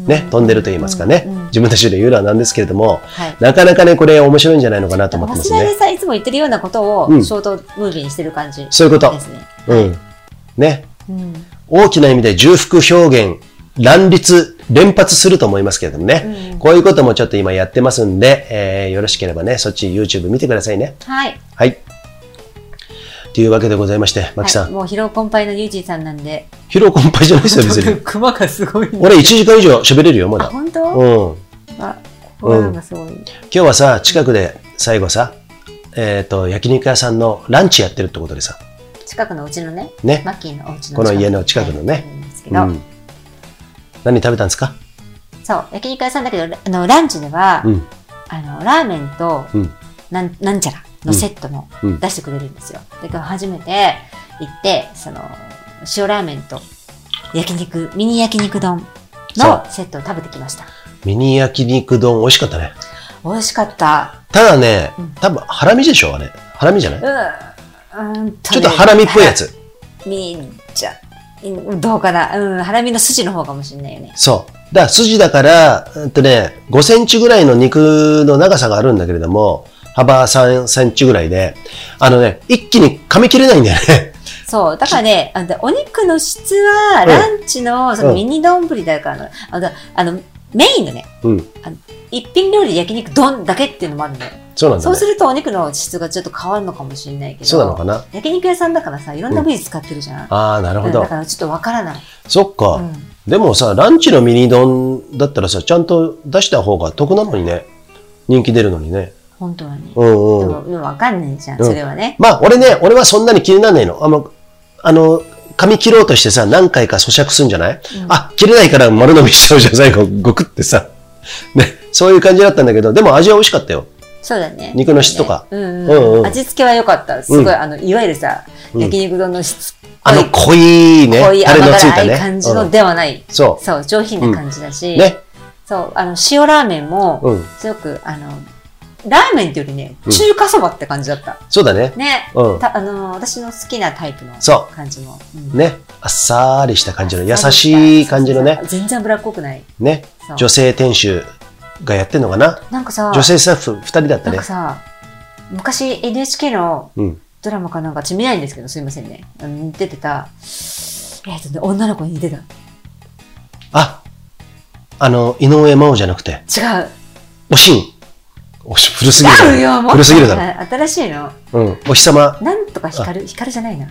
ね、飛んでると言いますかね、自分たちで言うのはなんですけれども、はいなかなかね、これ面白いんじゃないのかなと思ってさますすがにね。さ、いつも言ってるようなことを、うんショートムービーにしてる感じ、そういうことですね。うん。ね、うん。大きな意味で重複表現、乱立、連発すると思いますけれどもね、こういうこともちょっと今やってますんで、えーよろしければね、そっち YouTube 見てくださいね。はい。はい。というわけでございまして、マキさはいん、もう疲労困憊のユージーさんなんで。疲労困憊じゃないですよ、別 [laughs] に。クマがすごいね俺1時間以上喋れるよ、まだ。本当うん。あ、ここがなんかすごい。今日はさ、近くで最後さ、えっ、と、焼肉屋さんのランチやってるってことでさ、近くのうちのね、ねマッキーのお家のこの家の近くのねはいあるんですけうど、ん。何食べたんですかそう、焼肉屋さんだけど、あの、ランチでは、うん。あの、ラーメンと、うん。なんなんちゃらのセットもうんうん出してくれるんですよ。で、今日初めて行って、その、塩ラーメンと焼肉、ミニ焼肉丼のセットを食べてきました。ミニ焼肉丼美味しかったね。美味しかった。ただね、多分ハラミでしょ、あれ。ハラミじゃないうん。うんちょっとハラミっぽいや。ハつ。ラミじゃ、うんどうかな。うん。ハラミの筋の方かもしれないよね。そう。だから筋だから、うんとね、5センチぐらいの肉の長さがあるんだけれども、幅3センチぐらいで、あのね、一気に噛み切れないんだよね。 [laughs] そう。だからね、あのお肉の質は、んランチのそうのんミニ丼だからの、あの、あのメインのね、うん。一品料理で焼肉丼だけっていうのもあるのよ。そうなんだそうすね。るとお肉の質がちょっと変わるのかもしれないけど。そうなのかな焼肉屋さんだからさ、いろんな部位使ってるじゃん。ああ、なるうほんだどか。らちょっとわからない。そっか。うんでもさ、ランチのミニ丼だったらさ、ちゃんと出した方が得なのにね。人気出るのにね。本当はね。うんでうんも。でもわかんないじゃん、うんそれはね。まあ、俺ね、俺はそんなに気にならないの。あの、あの、噛み切ろうとしてさ、何回か咀嚼すんじゃない、あ、切れないから丸飲みしちゃうじゃん、最後、ごくってさ。ね、そういう感じだったんだけど、でも味は美味しかったよ。そうだね。肉の質とかうんううんんううんん。味付けは良かった。すごい、あの、いわゆるさ、焼肉丼の質っぽあい、の、濃いね、濃いタレ甘のついた辛ね。い感じうのんではない。そうそう、上品な感じだし。ね。そう、あの、塩ラーメンうもん、すごく、あの、ラーメンっていうよりね、中華そばって感じだった。そうだね。ね。うんたあの、私の好きなタイプのそう感じも。うんね。あっさりした感じの、優しい感じのね。全然脂っこくない。ねそ。う女性店主がやってんのかななんかさ、女性スタッフ2人だったなんねか。さ、昔 NHK のうん。ドラマかなんか、ちょ見ないんですけど、すいませんね。あの似ててた。えっ、とね、女の子に似てた。あ、あの、井上真央じゃなくて。違う。おしん。おし古すぎるだろ違うよ、もう。古すぎるだろ。新しいの。うん。お日様。なんとか光る、光るじゃないな。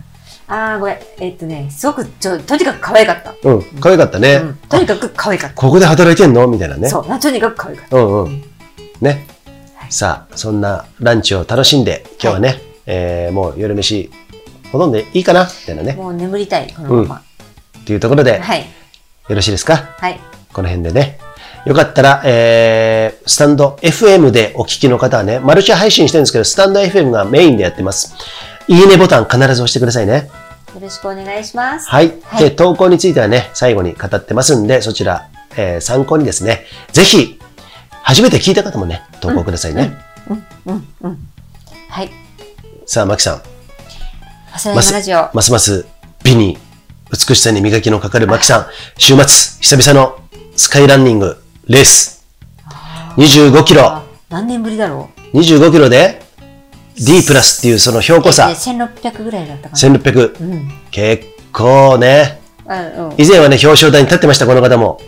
あー、ごめん。えっ、とね、すごくちょ、とにかく可愛かった。うん。可愛かったね。うん。とにかく可愛かった。ここで働いてんのみたいなね。そうな。とにかく可愛かった。うんうん。ね。さあ、そんなランチを楽しんで、今日はね、えーもう夜飯、ほとんどいいかなみたいなね。もう眠りたい、このまま。というところで、はい。よろしいですかはい。この辺でね。よかったら、えー、スタンド FM でお聞きの方はね、マルチ配信してるんですけど、スタンド FM がメインでやってます。いいねボタン必ず押してくださいね。よろしくお願いします。はい。はいで、投稿についてはね、最後に語ってますんで、そちら、えー参考にですね、ぜひ、初めて聞いた方もね、投稿くださいね。はい。さあ、マキさん。朝山ラジオ。ますます美に、美しさに磨きのかかるマキさん。週末、久々のスカイランニング、レース。25キロあ。何年ぶりだろう25キロで、D プラスっていうその標高差、えっとね1600ぐらいだったかな。 1600。結構ね、あうん以前はね、表彰台に立ってました、この方も。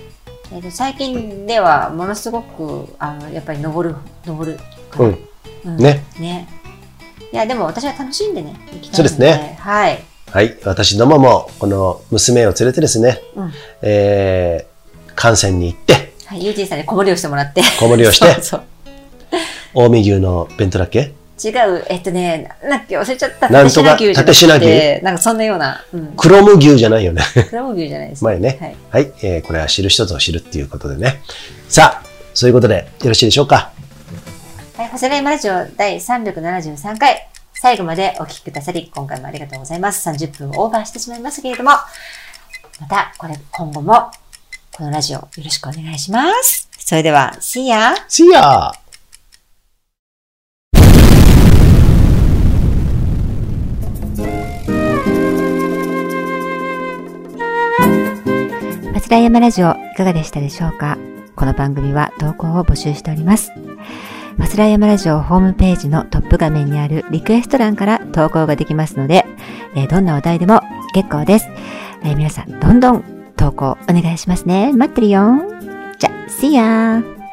えっと最近ではものすごくあのやっぱり登る登るかうら、ん。ねねいやでも私は楽しんでね行きたいのでそうですねはいはい、私どもも、この娘を連れてですね、うんえー、観戦に行って、はいユージンさんに子守りをしてもらって子守りをしてそう近江牛の弁当だっけそう違うえっとねなんだっけ忘れちゃったなんとか立じゃなくて立品なんかそんなような、 [laughs] うん、クロム牛じゃないよね。クラブ牛じゃないです前ね。はい、はい、えー、これは知る人ぞ知るっていうことでね。さあ、そういうことでよろしいでしょうか。はい、長谷川ラジオ第373回最後までお聞きくださり今回もありがとうございます30分オーバーしてしまいましたけれどもまたこれ今後もこのラジオよろしくお願いしますそれでは See ya! See ya! マツラヤマラジオいかがでしたでしょうかこの番組は投稿を募集しております。マツラヤマラジオホームページのトップ画面にあるリクエスト欄から投稿ができますので、えーどんなお題でも結構です。えー皆さん、どんどん投稿お願いしますね。待ってるよ。じゃ、See ya!